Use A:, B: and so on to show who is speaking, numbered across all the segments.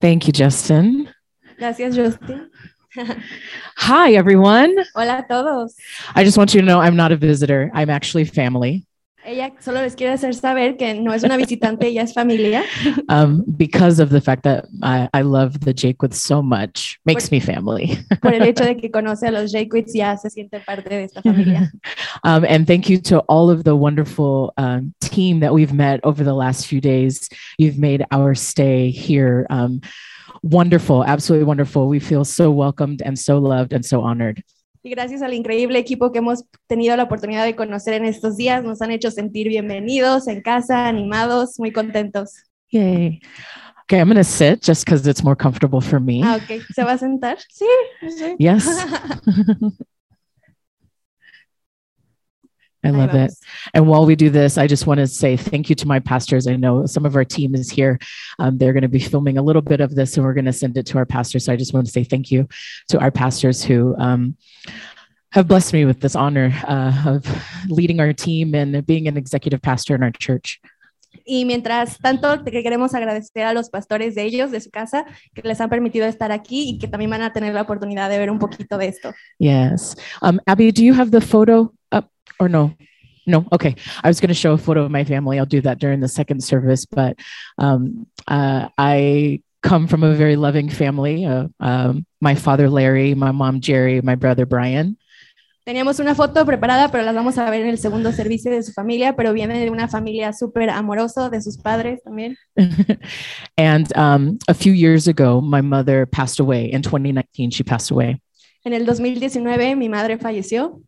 A: Thank you, Justin.
B: Gracias, Justin.
A: Hi, everyone.
B: Hola a todos.
A: I just want you to know I'm not a visitor. I'm actually family
B: Ella solo les quiere hacer saber que no es una visitante, ella es familia,
A: um, because of the fact that I, I love the Jaquith so much. Makes me family.
B: por el hecho de que conoce a los Jaquits ya se siente parte de esta familia.
A: Um, and thank you to all of the wonderful um, team that we've met over the last few days. You've made our stay here um, wonderful, absolutely wonderful. We feel so welcomed and so loved and so honored.
B: Y gracias al increíble equipo que hemos tenido la oportunidad de conocer en estos días, nos han hecho sentir bienvenidos en casa, animados, muy contentos.
A: Yay. Okay, I'm going to sit just because it's more comfortable for me.
B: Ah, ok. ¿Se va a sentar? Sí. sí.
A: Yes. I
B: Ahí
A: love it.
B: vamos.
A: And while we do this, I just want to say thank you to my pastors. I know some of our team is here. Um, they're going to be filming a little bit of this and we're going to send it to our pastors. So I just want to say thank you to our pastors who um, have blessed me with this honor uh, of leading our team and being an executive pastor in our church.
B: Y mientras tanto, te- que queremos agradecer a los pastores de ellos, de su casa, que les han permitido estar aquí y que también van a tener la oportunidad de ver un poquito de esto.
A: Yes. Um, Abby, do you have the photo up or no? No. Okay. I was going to show a photo of my family. I'll do that during the second service, but um, uh, I come from a very loving family. Uh, um, my father, Larry, my mom, Jerry, my brother, Brian.
B: Teníamos una foto preparada, pero las vamos a ver en el segundo servicio de su familia, pero viene de una familia súper amorosa, de sus padres también.
A: and um, a few years ago, my mother passed away. In 2019, she passed away.
B: En el 2019 mi madre falleció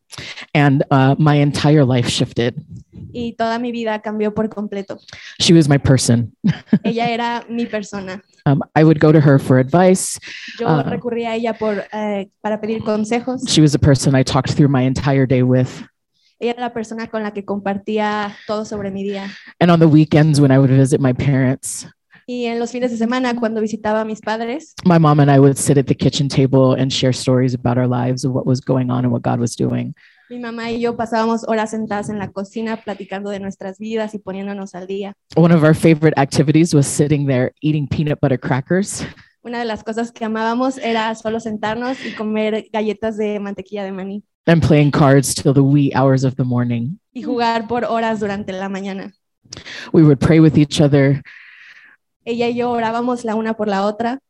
A: And uh, my entire life shifted.
B: y toda mi vida cambió por completo.
A: She was my person.
B: Ella era mi persona.
A: Um, I would go to her for advice.
B: Yo
A: Ah.
B: recurría a ella por, eh, para pedir consejos.
A: She was a person I talked through my entire day with.
B: Ella era la persona con la que compartía todo sobre mi día.
A: And on the weekends, when I would visit my parents,
B: Y en los fines de semana, cuando visitaba a mis padres,
A: my mom and I would sit at the kitchen table and share stories about our lives of what was going on and what God was doing.
B: mi mamá y yo pasábamos horas sentadas en la cocina platicando de nuestras vidas y poniéndonos al día.
A: One of our favorite activities was sitting there eating peanut butter crackers.
B: Una de las cosas que amábamos era solo sentarnos y comer galletas de mantequilla de maní
A: And playing cards till the wee hours of the morning.
B: y jugar por horas durante la mañana.
A: We would pray with each other.
B: Ella y yo orábamos la una por la otra.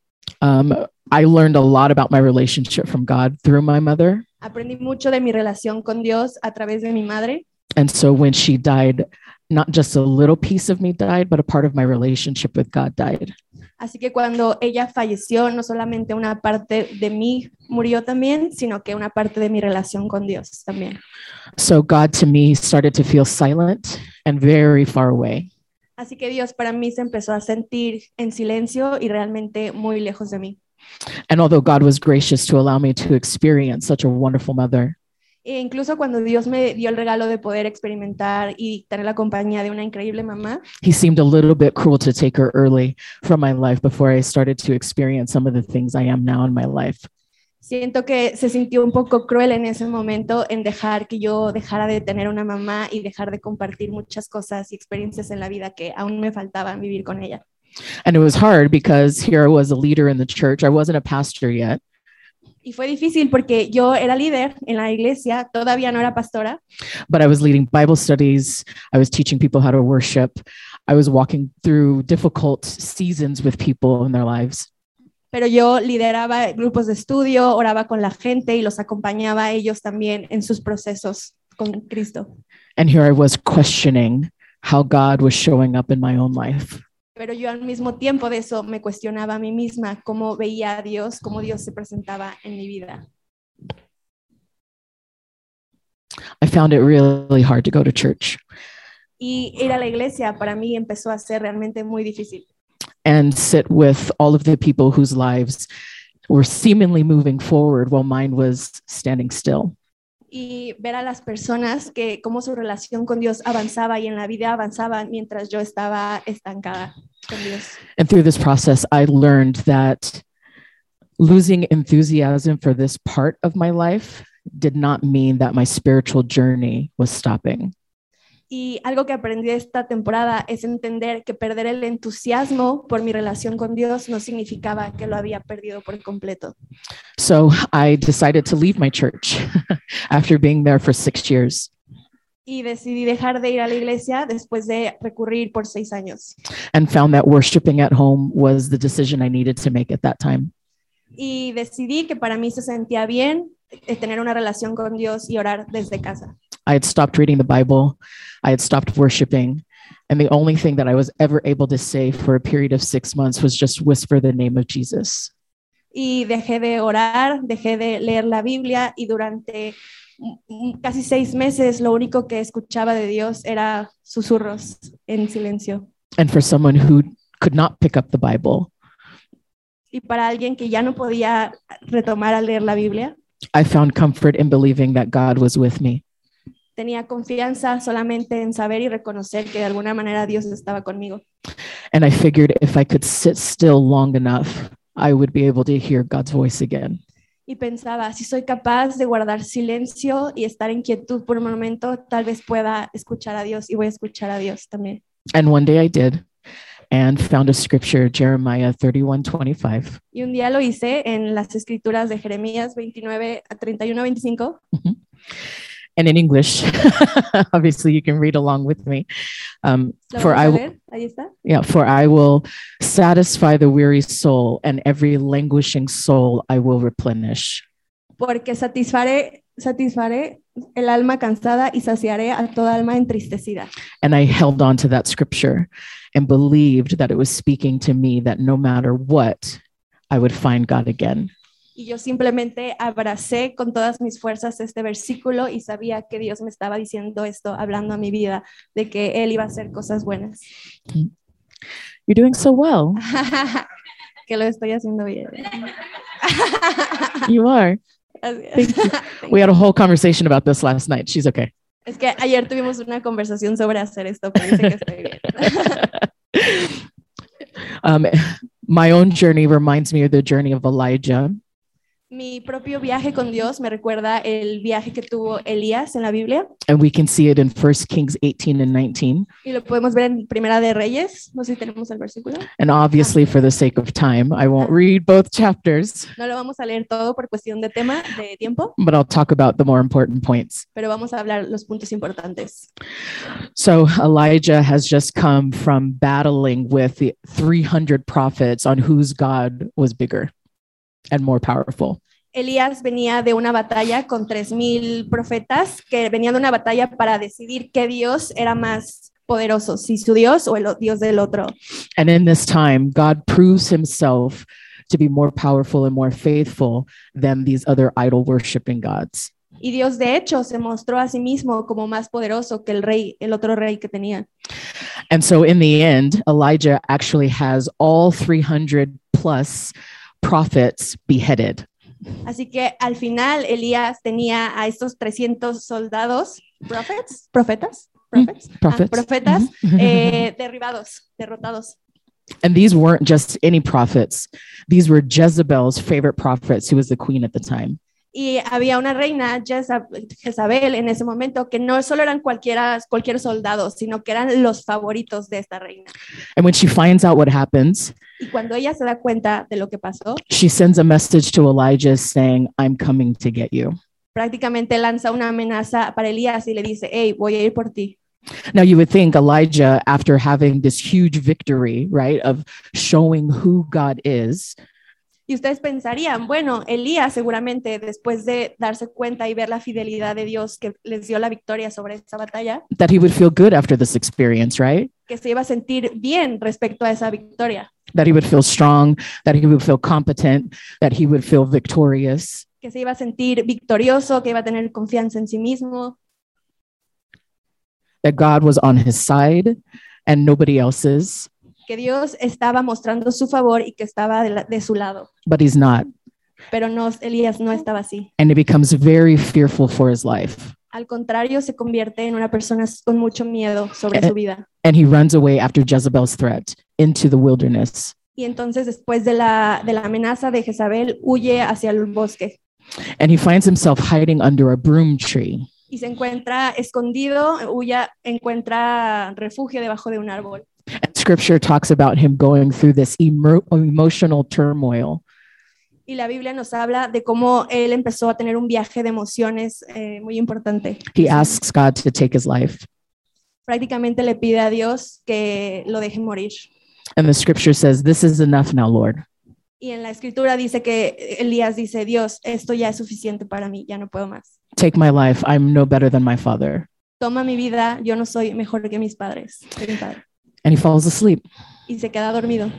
A: Um, I learned a lot about my relationship from God through my mother.
B: Aprendí mucho de mi relación con Dios a través de mi madre.
A: And so when she died, not just a little piece of me died, but a part of my relationship with God died.
B: Así que cuando ella falleció, no solamente una parte de mí murió también, sino que una parte de mi relación con Dios también.
A: So God to me started to feel silent and very far away.
B: Así que Dios para mí se empezó a sentir en silencio y realmente muy lejos de mí.
A: And although God was gracious to allow me to experience such a wonderful mother,
B: E incluso cuando Dios me dio el regalo de poder experimentar y tener la compañía de una increíble mamá,
A: he seemed a little bit cruel to take her early from my life before I started to experience some of the things I am now in my life.
B: siento que se sintió un poco cruel en ese momento en dejar que yo dejara de tener una mamá y dejar de compartir muchas cosas y experiencias en la vida que aún me faltaban vivir con ella.
A: And it was hard because here I was a leader in the church. I wasn't a pastor yet.
B: Y fue difícil porque yo era líder en la iglesia, todavía no era pastora,
A: but I was leading Bible studies. I was teaching people how to worship. I was walking through difficult seasons with people in their lives.
B: pero yo lideraba grupos de estudio, oraba con la gente y los acompañaba a ellos también en sus procesos con Cristo.
A: And here I was questioning how God was showing up in my own life.
B: Pero yo al mismo tiempo de eso me cuestionaba a mí misma cómo veía a Dios, cómo Dios se presentaba en mi vida.
A: I found it really hard to go to church.
B: Y ir a la iglesia para mí empezó a ser realmente muy difícil.
A: and sit with all of the people whose lives were seemingly moving forward while mine was standing still.
B: Y ver a las personas que cómo su relación con Dios avanzaba y en la vida avanzaba mientras yo estaba estancada con Dios.
A: And through this process, I learned that losing enthusiasm for this part of my life did not mean that my spiritual journey was stopping.
B: Y algo que aprendí esta temporada es entender que perder el entusiasmo por mi relación con Dios no significaba que lo había perdido por completo.
A: So I decided to leave my church after being there for six years.
B: Y decidí dejar de ir a la iglesia después de recurrir por seis años.
A: and found that worshiping at home was the decision I needed to make at that time.
B: Y decidí que para mí se sentía bien eh, tener una relación con Dios y orar desde casa.
A: I had stopped reading the Bible, I had stopped worshiping, and the only thing that I was ever able to say for a period of six months was just whisper the name of Jesus.
B: Y dejé de orar, dejé de leer la Biblia y durante mm, mm, casi seis meses lo único que escuchaba de Dios era susurros en silencio.
A: And for someone who could not pick up the Bible,
B: Y para alguien que ya no podía retomar a leer la Biblia,
A: I found comfort in believing that God was with me.
B: tenía confianza solamente en saber y reconocer que de alguna manera Dios estaba conmigo.
A: And I figured if I could sit still long enough, I would be able to hear God's voice again.
B: Y pensaba, si soy capaz de guardar silencio y estar en quietud por un momento, tal vez pueda escuchar a Dios y voy a escuchar a Dios también.
A: And one day I did and found a scripture, Jeremiah 31 25.
B: Y un día lo hice en las escrituras de Jeremías 29 a 31 25
A: and in English. Obviously, you can read along with me. Um,
B: ¿Lo
A: for
B: vamos a
A: I,
B: ver? Ahí está.
A: yeah, for I will satisfy the weary soul, and every languishing soul I will replenish.
B: Porque satisfaré, satisfaré el alma cansada y saciaré a toda alma entristecida.
A: And I held on to that scripture and believed that it was speaking to me that no matter what, I would find God again.
B: Y yo simplemente abracé con todas mis fuerzas este versículo y sabía que Dios me estaba diciendo esto, hablando a mi vida, de que Él iba a hacer cosas buenas.
A: You're doing so well.
B: que lo estoy haciendo bien.
A: You are. We had a whole conversation about this last night. She's okay.
B: es que ayer tuvimos una conversación sobre hacer esto, pero dice que estoy bien.
A: um, my own journey reminds me of the journey of Elijah.
B: Mi propio viaje con Dios me recuerda el viaje que tuvo Elías en la Biblia
A: and we can see it in First Kings 18 and 19.
B: y lo podemos ver en Primera de Reyes. No sé si tenemos el versículo.
A: And obviously, for the sake of time, I won't read both chapters,
B: No lo vamos a leer todo por cuestión de tema, de tiempo,
A: but I'll talk about the more important points.
B: pero vamos a hablar los puntos importantes.
A: So, Elijah has just come from battling with the 300 prophets on whose God was bigger and more powerful.
B: Elías venía de una batalla con 3.000 profetas, que venían de una batalla para decidir qué Dios era más poderoso, si su Dios o el o- Dios del otro.
A: And in this time, God proves himself to be more powerful and more faithful than these other idol worshiping gods.
B: Y Dios de hecho se mostró a sí mismo como más poderoso que el rey, el otro rey que tenía.
A: And so in the end, Elijah actually has all 300 plus prophets beheaded.
B: Así que al final Elías tenía a estos 300 soldados, profets, profetas, profets, ah,
A: Prophets.
B: profetas
A: Mhm.
B: eh, derribados, derrotados.
A: And these weren't just any prophets, these were Jezebel's favorite prophets, who was the queen at the time.
B: Y había una reina, Jeza- Jezabel, en ese momento, que no solo eran cualquiera, cualquier soldado, sino que eran los favoritos de esta reina.
A: And when she finds out what happens,
B: Y cuando ella se da cuenta de lo que pasó,
A: she sends a message to Elijah saying, I'm coming to get you.
B: prácticamente lanza una amenaza para Elías y le dice, hey, voy a ir por ti.
A: Now, you would think Elijah, after having this huge victory, right, of showing who God is,
B: Y ustedes pensarían, bueno, Elías seguramente después de darse cuenta y ver la fidelidad de Dios que les dio la victoria sobre esta batalla,
A: that he would feel good after this experience, right?
B: que se iba a sentir bien respecto a esa victoria,
A: that he would feel strong, that he would feel competent, that he would feel victorious.
B: que se iba a sentir victorioso, que iba a tener confianza en sí mismo,
A: That God was on his side and nobody else's,
B: que Dios estaba mostrando su favor y que estaba de, la- de su lado.
A: but he's not.
B: Pero no, Elías no estaba así.
A: And he becomes very fearful for his life.
B: Al contrario, se convierte en una persona con mucho miedo sobre
A: Eh.
B: su vida.
A: And he runs away after Jezebel's threat into the wilderness.
B: Y entonces, después de la, de la amenaza de Jezabel, huye hacia el bosque
A: And he finds himself hiding under a broom tree.
B: y se encuentra escondido, huya, encuentra refugio debajo de un árbol.
A: And scripture talks about him going through this emo- emotional turmoil.
B: Y la Biblia nos habla de cómo él empezó a tener un viaje de emociones eh, muy importante.
A: He asks God to take his life.
B: Prácticamente le pide a Dios que lo deje morir.
A: And the scripture says, This is enough now, Lord.
B: Y en la escritura dice que Elías dice, Dios, esto ya es suficiente para mí, ya no puedo más.
A: Take my life. I'm no better than my father.
B: Toma mi vida, yo no soy mejor que mis padres. que mi padre.
A: And he falls asleep.
B: Y se queda dormido.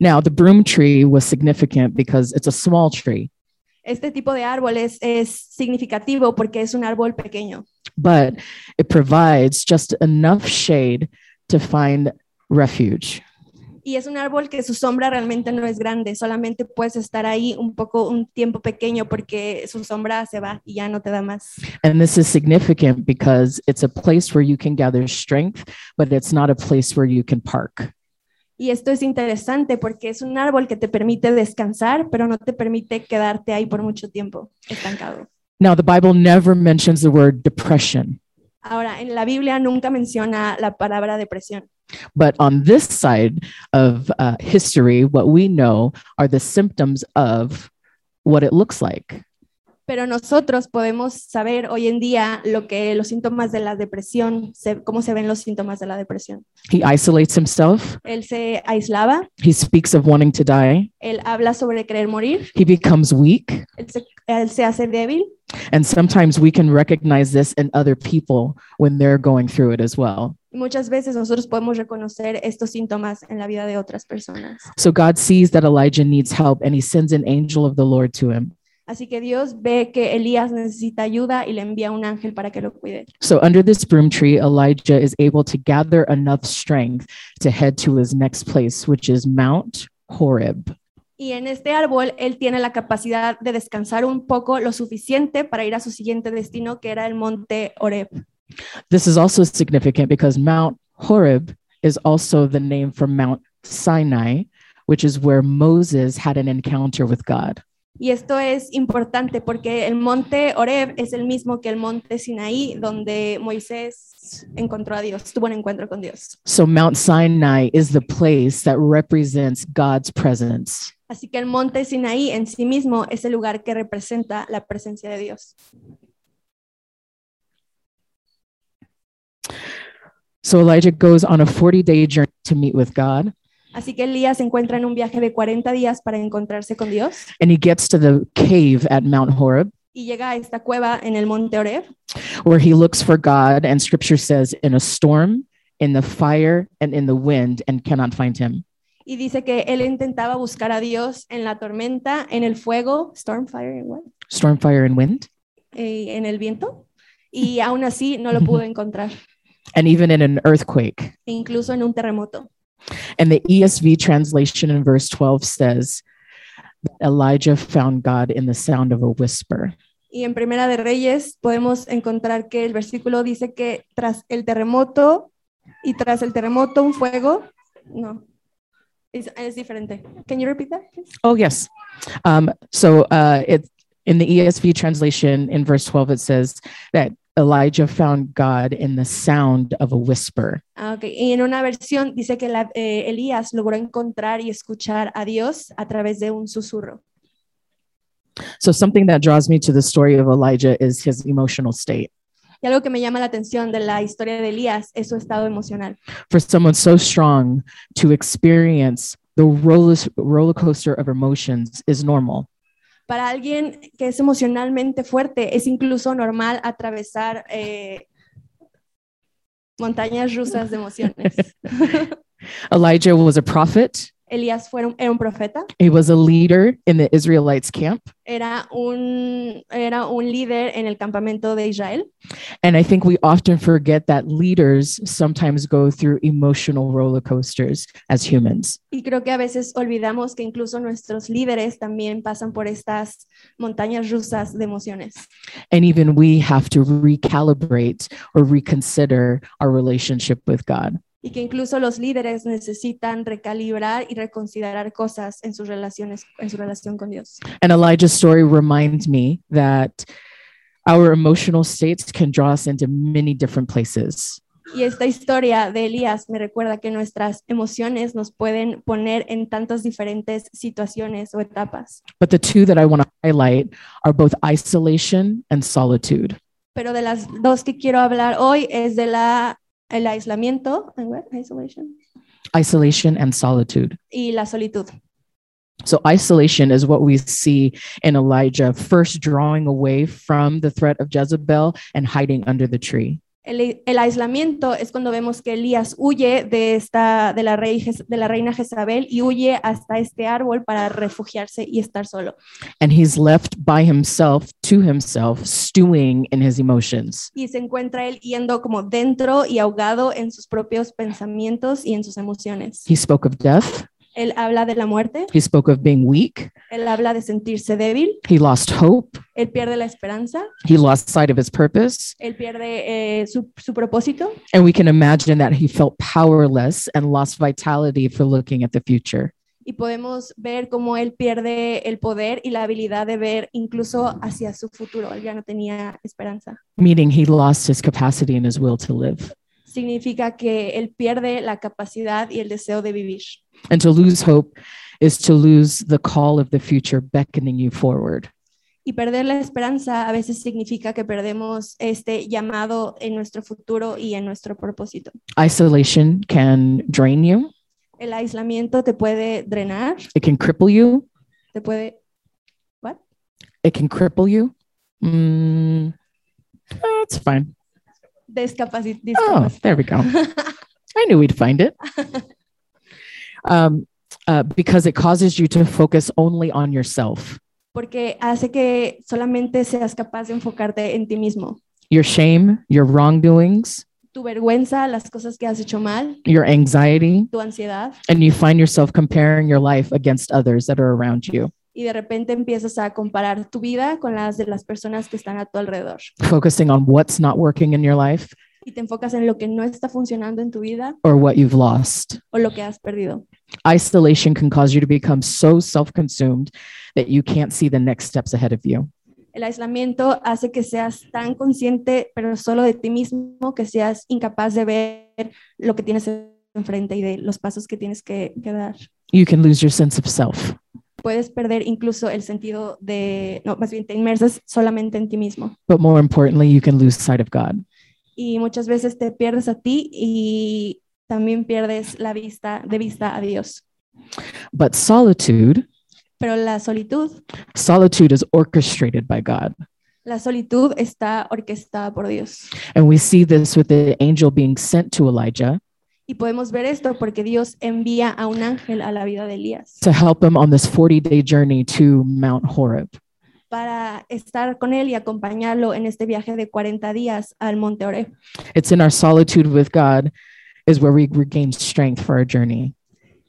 A: Now, the broom tree was significant because it's a small tree,
B: Este tipo de árboles es significativo porque es un árbol pequeño,
A: but it provides just enough shade to find refuge.
B: Y es un árbol que su sombra realmente no es grande, solamente puedes estar ahí un poco, un tiempo pequeño porque su sombra se va y ya no te da más.
A: And this is significant because it's a place where you can gather strength, but it's not a place where you can park.
B: Y esto es interesante porque es un árbol que te permite descansar, pero no te permite quedarte ahí por mucho tiempo estancado.
A: Now, the Bible never mentions the word depression,
B: Ahora, en la Biblia nunca menciona la palabra depresión,
A: but on this side of uh, history, what we know are the symptoms of what it looks like.
B: pero nosotros podemos saber hoy en día lo que los síntomas de la depresión, se- cómo se ven los síntomas de la depresión.
A: He isolates himself,
B: Él se aislaba,
A: he speaks of wanting to die,
B: él habla sobre querer morir,
A: he becomes weak.
B: él se- él se hace débil
A: And sometimes we can recognize this in other people when they're going through it as well.
B: Y Muchas veces nosotros podemos reconocer estos síntomas en la vida de otras personas.
A: So God sees that Elijah needs help and he sends an angel of the Lord to him.
B: Así que Dios ve que Elías necesita ayuda y le envía un ángel para que lo cuide.
A: So under this broom tree, Elijah is able to gather enough strength to head to his next place, which is Mount Horeb.
B: Y en este árbol él tiene la capacidad de descansar un poco lo suficiente para ir a su siguiente destino, que era el monte Oreb.
A: This is also significant because Mount Horeb is also the name for Mount Sinai, which is where Moses had an encounter with God.
B: Y esto es importante porque el monte Oreb es el mismo que el monte Sinaí, donde Moisés encontró a Dios, tuvo un encuentro con Dios.
A: So Mount Sinai is the place that represents God's presence.
B: Así que el monte Sinaí en sí mismo es el lugar que representa la presencia de Dios.
A: So Elijah goes on a 40 day journey to meet with God,
B: Así que Elías se encuentra en un viaje de 40 días para encontrarse con Dios
A: and he gets to the cave at Mount Horeb
B: y llega a esta cueva en el monte Oreb,
A: where he looks for God. And scripture says, in a storm, in the fire, and in the wind, and cannot find him.
B: y dice que él intentaba buscar a Dios en la tormenta, en el fuego, storm, fire, and what?
A: Storm, fire, and wind.
B: Eh, en el viento, y aún así no lo pudo encontrar,
A: And even in an earthquake.
B: incluso en un terremoto.
A: And the ESV translation in verse 12 says, that Elijah found God in the sound of a whisper.
B: Y en Primera de Reyes podemos encontrar que el versículo dice que tras el terremoto y tras el terremoto un fuego, no, es, es diferente. Can you repeat that, please?
A: Oh, yes. Um, so uh, it, in the ESV translation in verse 12, it says that Elijah found God in the sound of a whisper.
B: Ah, ok. Y en una versión dice que la- eh, Elías logró encontrar y escuchar a Dios a través de un susurro.
A: So something that draws me to the story of Elijah is his emotional state.
B: Y algo que me llama la atención de la historia de Elías es su estado emocional.
A: For someone so strong to experience the roller, roller coaster of emotions is normal.
B: Para alguien que es emocionalmente fuerte, es incluso normal atravesar eh, montañas rusas de emociones.
A: Elijah was a prophet.
B: Elías fue un- era un profeta,
A: He was a leader in the Israelites' camp.
B: era un, era un líder en el campamento de Israel.
A: And I think we often forget that leaders sometimes go through emotional roller coasters as humans.
B: Y creo que a veces olvidamos que incluso nuestros líderes también pasan por estas montañas rusas de emociones.
A: And even we have to recalibrate or reconsider our relationship with God.
B: Y que incluso los líderes necesitan recalibrar y reconsiderar cosas en sus relaciones, en su relación con Dios.
A: And Elijah's story reminds me that Our emotional states can draw us into many different places.
B: Y esta historia de Elías me recuerda que nuestras emociones nos pueden poner en tantas diferentes situaciones o etapas.
A: But the two that I want to highlight are both isolation and solitude.
B: Pero de las dos que quiero hablar hoy es de la el aislamiento and what? Isolation.
A: Isolation and solitude.
B: y la solitud.
A: So, isolation is what we see in Elijah first drawing away from the threat of Jezebel and hiding under the tree.
B: El, el aislamiento es cuando vemos que Elías huye de, esta, de, la rey, Jez- de la reina Jezabel y huye hasta este árbol para refugiarse y estar solo.
A: And he's left by himself, to himself, stewing in his emotions.
B: Y se encuentra él yendo como dentro y ahogado en sus propios pensamientos y en sus emociones.
A: He spoke of death.
B: Él habla de la muerte,
A: He spoke of being weak.
B: él habla de sentirse débil,
A: He lost hope.
B: él pierde la esperanza,
A: He lost sight of his purpose.
B: él pierde eh, su, su propósito
A: And we can imagine that he felt powerless and lost vitality for looking at the future.
B: y podemos ver cómo él pierde el poder y la habilidad de ver incluso hacia su futuro. Él ya no tenía esperanza.
A: meaning he lost his capacity and his will to live.
B: significa que él pierde la capacidad y el deseo de vivir.
A: And to lose hope is to lose the call of the future beckoning you forward.
B: Y perder la esperanza a veces significa que perdemos este llamado en nuestro futuro y en nuestro propósito.
A: Isolation can drain you,
B: El aislamiento te puede drenar,
A: it can cripple you,
B: te puede...
A: it can cripple you. Mm, that's fine.
B: descapacitar.
A: Oh, there we go. I knew we'd find it. Um, uh, because it causes you to focus only on yourself.
B: Porque hace que solamente seas capaz de enfocarte en ti mismo.
A: Your shame, your wrongdoings,
B: Tu vergüenza, las cosas que has hecho mal,
A: your anxiety,
B: tu ansiedad,
A: and you find yourself comparing your life against others that are around you.
B: y de repente empiezas a comparar tu vida con las de las personas que están a tu alrededor.
A: focusing on what's not working in your life
B: Y te enfocas en lo que no está funcionando en tu vida
A: or what you've lost.
B: o lo que has perdido.
A: Isolation can cause you to become so self consumed that you can't see the next steps ahead of you.
B: El aislamiento hace que seas tan consciente, pero solo de ti mismo, que seas incapaz de ver lo que tienes enfrente y de los pasos que tienes que, que dar.
A: You can lose your sense of self.
B: Puedes perder incluso el sentido de, no, más bien te inmersas solamente en ti mismo.
A: But more importantly, you can lose sight of God.
B: Y muchas veces te pierdes a ti y también pierdes la vista, de vista a Dios.
A: But solitude,
B: Pero la solitud,
A: solitude is orchestrated by God.
B: la solitud está orquestada por Dios.
A: And we see this with the angel being sent to Elijah
B: Y podemos ver esto porque Dios envía a un ángel a la vida de Elías.
A: to help him on this 40 day journey to Mount Horeb.
B: para estar con él y acompañarlo en este viaje de 40 días al Monte Oreb.
A: It's in our solitude with God is where we regain strength for our journey.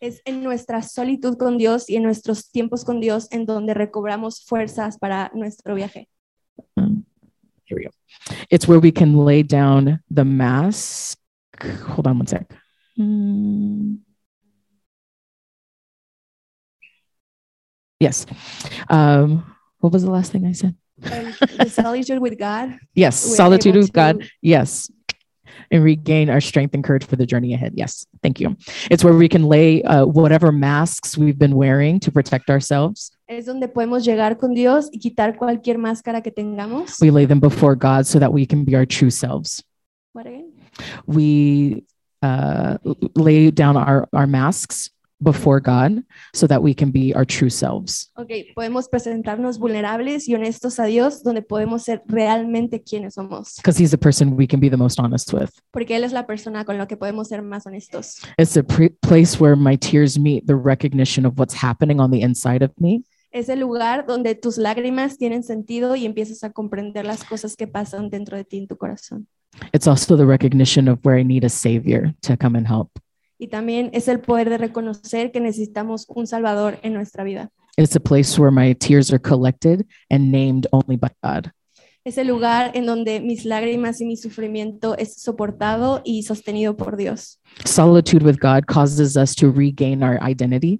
B: Es en nuestra solitud con Dios y en nuestros tiempos con Dios en donde recobramos fuerzas para nuestro viaje.
A: Um, here we go. It's where we can lay down the mask. Hold on one sec. Mm. Yes. Um, what was the last thing I said?
B: El- the solitude with God,
A: Yes,
B: We're
A: solitude
B: able
A: of God.
B: to-
A: Yes. And regain our strength and courage for the journey ahead. Yes, thank you. It's where we can lay uh, whatever masks we've been wearing to protect ourselves.
B: es donde podemos llegar con Dios y quitar cualquier máscara que tengamos.
A: We lay them before God so that we can be our true selves.
B: What again?
A: we uh, l- lay down our, our masks before God so that we can be our true selves.
B: Ok, podemos presentarnos vulnerables y honestos a Dios, donde podemos ser realmente quienes somos,
A: Because he's the person we can be the most honest with.
B: porque Él es la persona con la que podemos ser más honestos.
A: It's a pre- place where my tears meet the recognition of what's happening on the inside of me.
B: Es el lugar donde tus lágrimas tienen sentido y empiezas a comprender las cosas que pasan dentro de ti en tu corazón.
A: It's also the recognition of where I need a savior to come and help.
B: Y también es el poder de reconocer que necesitamos un Salvador en nuestra vida.
A: It's a place where my tears are collected and named only by God.
B: Es el lugar en donde mis lágrimas y mi sufrimiento es soportado y sostenido por Dios.
A: Solitude with God causes us to regain our identity.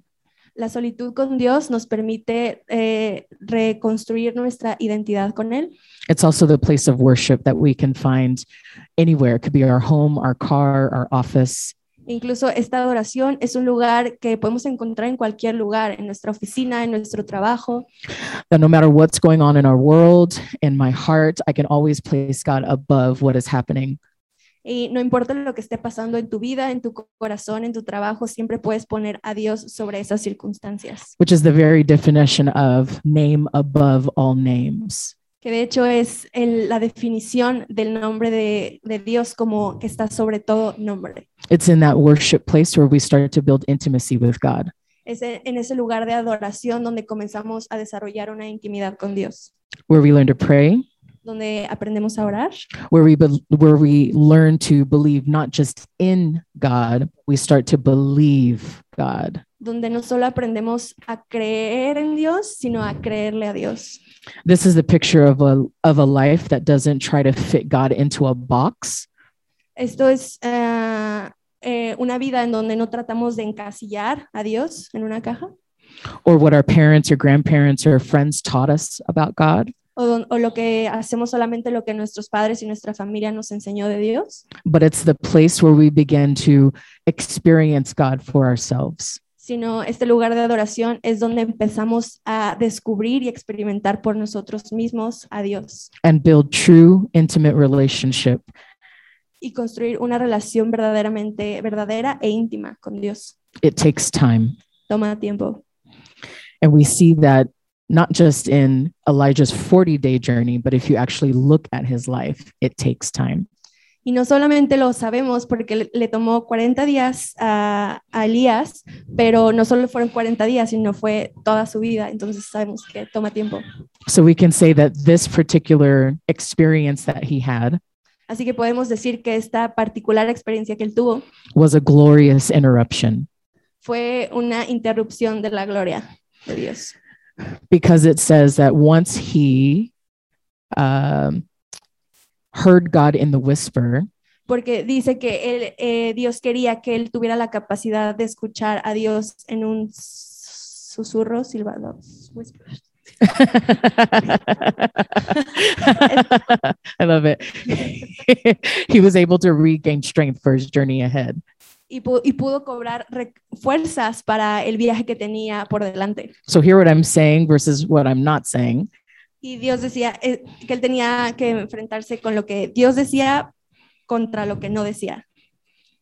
B: La solitud con Dios nos permite eh, reconstruir nuestra identidad con Él.
A: It's also the place of worship that we can find anywhere. It could be our home, our car, our office.
B: Incluso esta adoración es un lugar que podemos encontrar en cualquier lugar, en nuestra oficina, en nuestro trabajo.
A: That no matter what's going on in our world, in my heart, I can always place God above what is happening.
B: Y no importa lo que esté pasando en tu vida, en tu co- corazón, en tu trabajo, siempre puedes poner a Dios sobre esas circunstancias.
A: which is the very definition of name above all names.
B: Que de hecho es el- la definición del nombre de, de Dios como que está sobre todo nombre.
A: It's in that worship place where we start to build intimacy with God.
B: Es e- en ese lugar de adoración donde comenzamos a desarrollar una intimidad con Dios,
A: Where we learn to pray,
B: donde aprendemos a orar,
A: where we be- where we learn to believe not just in God, we start to believe God.
B: donde no solo aprendemos a creer en Dios, sino a creerle a Dios.
A: This is the picture of a of a life that doesn't try to fit God into a box,
B: Esto es ah, eh, una vida en donde no tratamos de encasillar a Dios en una caja
A: or what our parents or grandparents or friends taught us about God,
B: o, don- o lo que hacemos solamente lo que nuestros padres y nuestra familia nos enseñó de Dios,
A: but it's the place where we begin to experience God for ourselves.
B: sino este lugar de adoración es donde empezamos a descubrir y experimentar por nosotros mismos a Dios
A: and build true intimate relationship
B: y construir una relación verdaderamente verdadera e íntima con Dios.
A: it takes time
B: Toma tiempo.
A: and we see that not just in elijah's 40 day journey but if you actually look at his life it takes time
B: Y no solamente lo sabemos porque le, le tomó 40 días a, a Elías, pero no solo fueron 40 días, sino fue toda su vida. Entonces sabemos que toma tiempo.
A: so we can say that this particular experience that he had
B: Así que podemos decir que esta particular experiencia que él tuvo
A: was a glorious interruption
B: fue una interrupción de la gloria de Dios.
A: because it says that once he um, heard god in the whisper
B: Porque dice que él, eh, Dios quería que él tuviera la capacidad de escuchar a Dios en un susurro, silbado, whisper.
A: I love it. he was able to regain strength for his journey ahead.
B: y pu- y pudo cobrar re- fuerzas para el viaje que tenía por delante.
A: So, hear what I'm saying versus what I'm not saying.
B: Y Dios decía eh, que él tenía que enfrentarse con lo que Dios decía contra lo que no decía.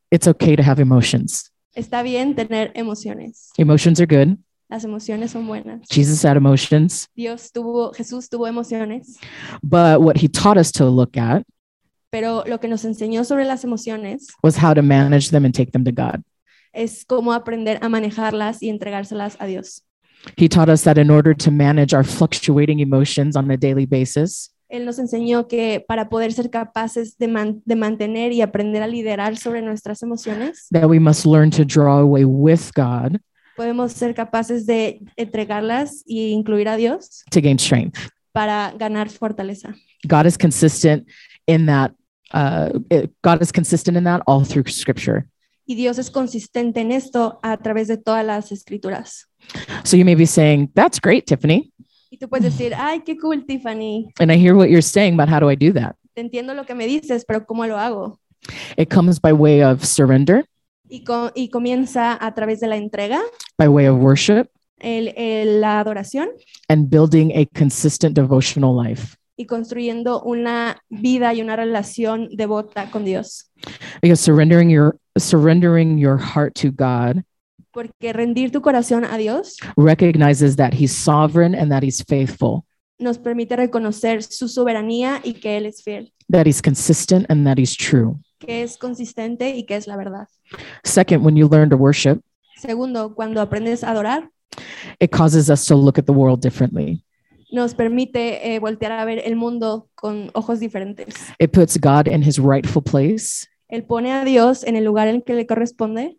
A: It's okay to have emotions.
B: Está bien tener emociones.
A: Emotions are good.
B: Las emociones son buenas.
A: Jesus had emotions.
B: Dios tuvo, Jesús tuvo emociones,
A: But what he taught us to look at
B: pero lo que nos enseñó sobre las emociones
A: was how to manage them and take them to God.
B: es cómo aprender a manejarlas y entregárselas a Dios.
A: He taught us that in order to manage our fluctuating emotions on a daily basis,
B: Él nos enseñó que para poder ser capaces de, man- de mantener y aprender a liderar sobre nuestras emociones,
A: that we must learn to draw away with God
B: podemos ser capaces de entregarlas e incluir a Dios
A: to gain strength.
B: para ganar fortaleza.
A: God is consistent in that. Uh, it- God is consistent in that all through Scripture.
B: Y Dios es consistente en esto a través de todas las escrituras.
A: So you may be saying, "That's great, Tiffany,"
B: Y tú puedes decir, ay, qué cool, Tiffany.
A: and I hear what you're saying, but how do I do that?
B: Te entiendo lo que me dices, pero ¿cómo lo hago?
A: It comes by way of surrender,
B: Y, co- y comienza a través de la entrega,
A: by way of worship,
B: el- el- la adoración
A: and building a consistent devotional life.
B: y construyendo una vida y una relación devota con Dios.
A: Because surrendering your surrendering your heart to God
B: Porque rendir tu corazón a Dios
A: recognizes that He's sovereign and that He's faithful,
B: nos permite reconocer su soberanía y que Él es fiel.
A: that He's consistent, and that He's true.
B: que es consistente y que es la verdad.
A: Second, when you learn to worship,
B: Segundo, cuando aprendes a adorar,
A: it causes us to look at the world differently.
B: nos permite eh, voltear a ver el mundo con ojos diferentes.
A: It puts God in his rightful place
B: Él pone a Dios en el lugar en que le corresponde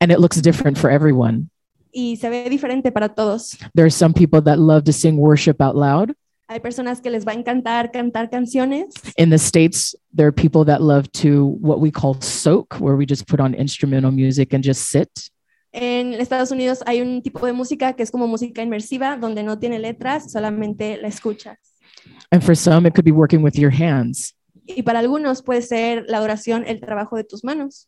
A: and it looks different for everyone.
B: y se ve diferente para todos.
A: There are some people that love to sing worship out loud.
B: Hay personas que les va a encantar cantar canciones.
A: In the States, there are people that love to what we call soak, where we just put on instrumental music and just sit.
B: En Estados Unidos hay un tipo de música que es como música inmersiva, donde no tiene letras, solamente la escuchas.
A: And for some, it could be working with your hands.
B: Y para algunos puede ser la oración, el trabajo de tus manos.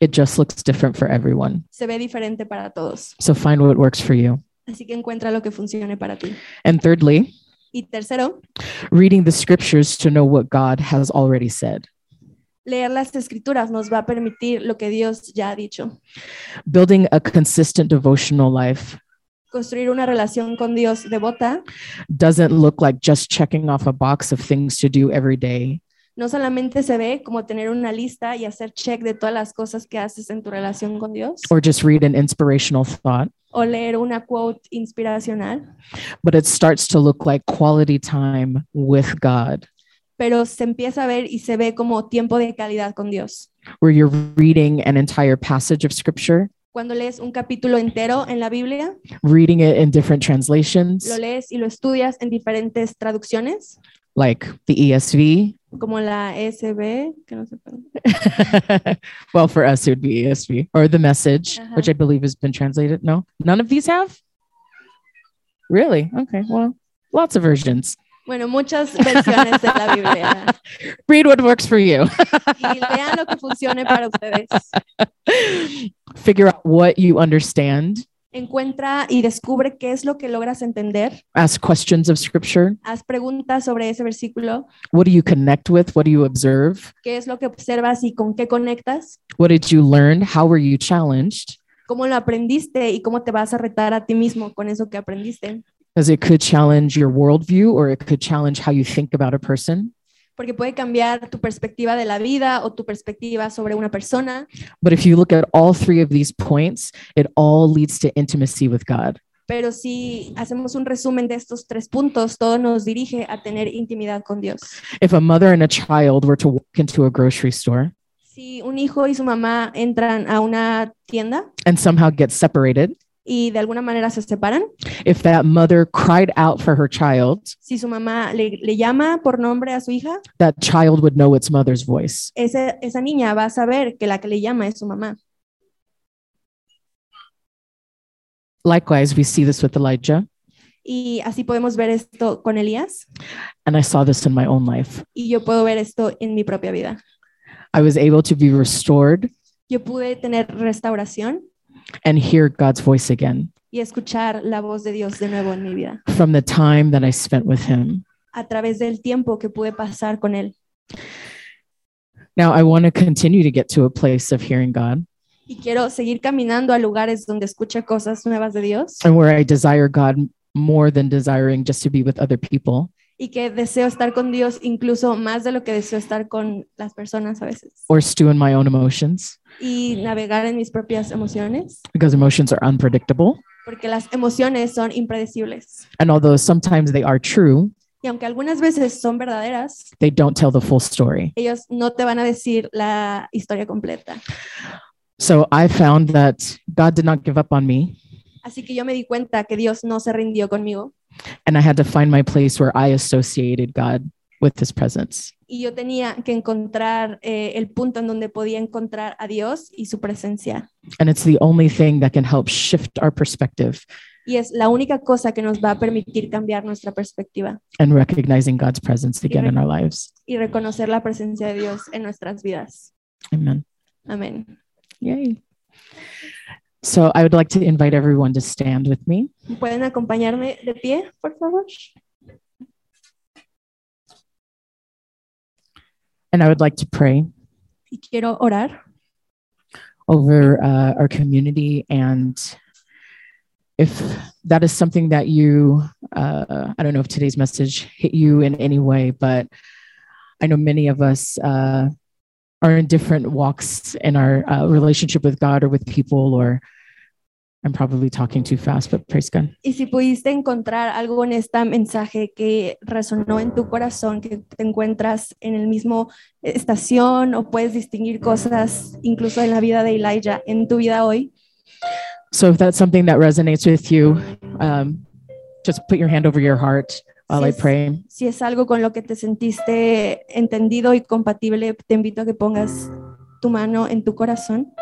A: It just looks different for everyone.
B: Se ve diferente para todos.
A: So find what works for you.
B: Así que encuentra lo que funcione para ti.
A: And thirdly,
B: Y tercero,
A: reading the scriptures to know what God has already said.
B: leer las escrituras nos va a permitir lo que Dios ya ha dicho.
A: Building a consistent devotional life
B: Construir una relación con Dios devota
A: doesn't look like just checking off a box of things to do every day.
B: no solamente se ve como tener una lista y hacer check de todas las cosas que haces en tu relación con Dios
A: or just read an inspirational thought,
B: o leer una quote inspiracional,
A: but it starts to look like quality time with God,
B: pero se empieza a ver y se ve como tiempo de calidad con Dios.
A: where you're reading an entire passage of scripture,
B: Cuando lees un capítulo entero en la Biblia,
A: reading it in different translations,
B: lo lees y lo estudias en diferentes traducciones,
A: like the E ESV.
B: como la SB, que no sé cuál.
A: well, for us, it would be ESV or the message,
B: Uh-huh.
A: which I believe has been translated. No, none of these have? Really? Okay. Well, lots of versions.
B: Bueno, muchas versiones de la Biblia.
A: Read what works for you.
B: Y lean lo que funcione para ustedes.
A: Figure out what you understand.
B: Encuentra y descubre qué es lo que logras entender.
A: Ask questions of scripture.
B: Haz preguntas sobre ese versículo,
A: What do you connect with? What do you observe?
B: qué es lo que observas y con qué conectas,
A: What did you learn? How were you challenged?
B: cómo lo aprendiste y cómo te vas a retar a ti mismo con eso que aprendiste.
A: Because it could challenge your worldview or it could challenge how you think about a person.
B: Porque puede cambiar tu perspectiva de la vida o tu perspectiva sobre una persona,
A: But if you look at all three of these points, it all leads to intimacy with God.
B: pero si hacemos un resumen de estos tres puntos, todo nos dirige a tener intimidad con Dios.
A: If a mother and a child were to walk into a grocery store
B: Si un hijo y su mamá entran a una tienda
A: and somehow get separated,
B: y de alguna manera se separan,
A: if that mother cried out for her child,
B: si su mamá le, le llama por nombre a su hija,
A: that child would know its mother's voice.
B: ese- esa niña va a saber que la que le llama es su mamá.
A: Likewise, we see this with Elijah,
B: Y así podemos ver esto con Elías
A: and I saw this in my own life.
B: y yo puedo ver esto en mi propia vida.
A: I was able to be restored
B: Yo pude tener restauración
A: and hear God's voice again.
B: y escuchar la voz de Dios de nuevo en mi vida
A: from the time that I spent with him.
B: a través del tiempo que pude pasar con Él.
A: Now, I want to continue to get to a place of hearing God
B: Y quiero seguir caminando a lugares donde escuche cosas nuevas de Dios
A: and where I desire God more than desiring just to be with other people
B: y que deseo estar con Dios incluso más de lo que deseo estar con las personas a veces
A: or stew in my own emotions
B: y navegar en mis propias emociones
A: because emotions are unpredictable.
B: porque las emociones son impredecibles.
A: And although sometimes they are true,
B: Y aunque algunas veces son verdaderas,
A: they don't tell the full story.
B: ellos no te van a decir la historia completa.
A: So I found that God did not give up on me.
B: Así que yo me di cuenta que Dios no se rindió conmigo
A: And I had to find my place where I associated God with his presence.
B: y yo tenía que encontrar eh, el punto en donde podía encontrar a Dios y su presencia.
A: And it's the only thing that can help shift our perspective
B: Y es la única cosa que nos va a permitir cambiar nuestra perspectiva
A: and recognizing God's presence again in our lives.
B: y reconocer la presencia de Dios en nuestras vidas.
A: Amen.
B: Amén.
A: Yay. So I would like to invite everyone to stand with me.
B: ¿Pueden acompañarme de pie, por favor?
A: And I would like to pray
B: Y quiero orar
A: over uh, our community. And if that is something that you, uh, I don't know if today's message hit you in any way, but I know many of us uh, are in different walks in our uh, relationship with God or with people, or I'm probably talking too fast, but praise God.
B: Y si pudiste encontrar algo en este mensaje que resonó en tu corazón, que te encuentras en el mismo estación o puedes distinguir cosas incluso en la vida de Elijah, en tu vida hoy,
A: So if that's something that resonates with you, um, just put your hand over your heart while I
B: Yes.
A: pray.
B: si es algo con lo que te sentiste entendido y compatible, te invito a que pongas tu mano en tu corazón.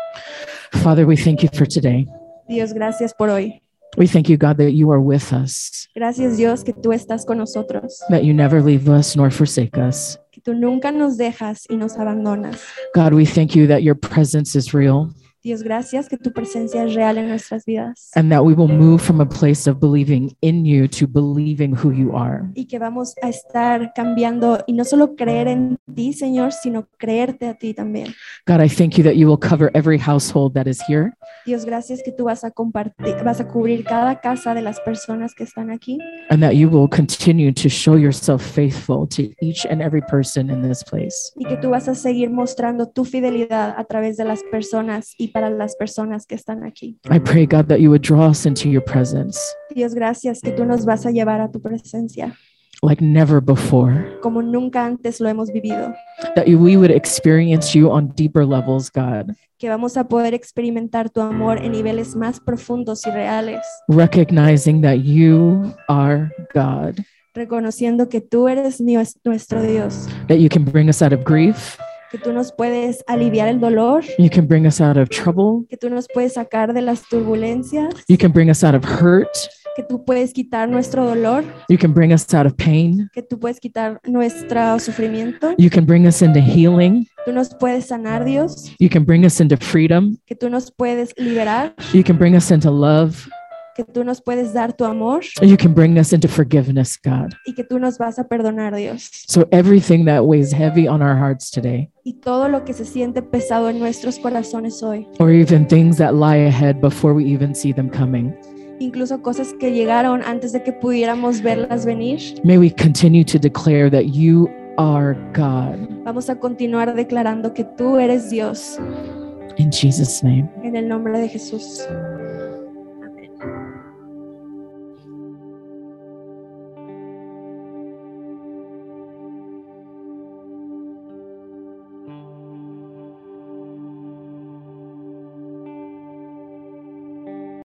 A: Father, we thank you for today.
B: Dios, gracias por hoy.
A: We thank you, God, that you are with us,
B: Gracias Dios que tú estás con nosotros,
A: that you never leave us nor forsake us.
B: que tú nunca nos dejas y nos abandonas.
A: God, we thank you that your presence is real
B: Dios, gracias que tu presencia es real en nuestras vidas
A: and that we will move from a place of believing in you to believing who you are.
B: y que vamos a estar cambiando y no solo creer en ti, Señor, sino creerte a ti también.
A: God, I thank you that you will cover every household that is here,
B: Dios, gracias que tú vas a compartir, vas a cubrir cada casa de las personas que están aquí
A: and that you will continue to show yourself faithful to each and every person in this place.
B: y que tú vas a seguir mostrando tu fidelidad a través de las personas y para las personas que están aquí.
A: I pray, God, that you would draw us into your presence
B: Dios, gracias que tú nos vas a llevar a tu presencia
A: like never before,
B: como nunca antes lo hemos vivido,
A: that you, we would experience you on deeper levels, God,
B: que vamos a poder experimentar tu amor en niveles más profundos y reales,
A: recognizing that you are God,
B: reconociendo que tú eres nies- nuestro Dios,
A: that you can bring us out of grief,
B: que tú nos puedes aliviar el dolor,
A: you can bring us out of trouble,
B: que tú nos puedes sacar de las turbulencias,
A: you can bring us out of hurt,
B: que tú puedes quitar nuestro dolor,
A: you can bring us out of pain,
B: que tú puedes quitar nuestro sufrimiento,
A: you can bring us into healing,
B: tú nos puedes sanar, Dios,
A: you can bring us into freedom,
B: que tú nos puedes liberar,
A: you can bring us into love,
B: que tú nos puedes dar tu amor
A: you can bring us into forgiveness, God.
B: y que tú nos vas a perdonar, Dios.
A: So everything that weighs heavy on our hearts today,
B: Y todo lo que se siente pesado en nuestros corazones hoy,
A: or even things that lie ahead before we even see them coming,
B: incluso cosas que llegaron antes de que pudiéramos verlas venir,
A: may we continue to declare that you are God.
B: vamos a continuar declarando que tú eres Dios
A: In Jesus' name,
B: en el nombre de Jesús.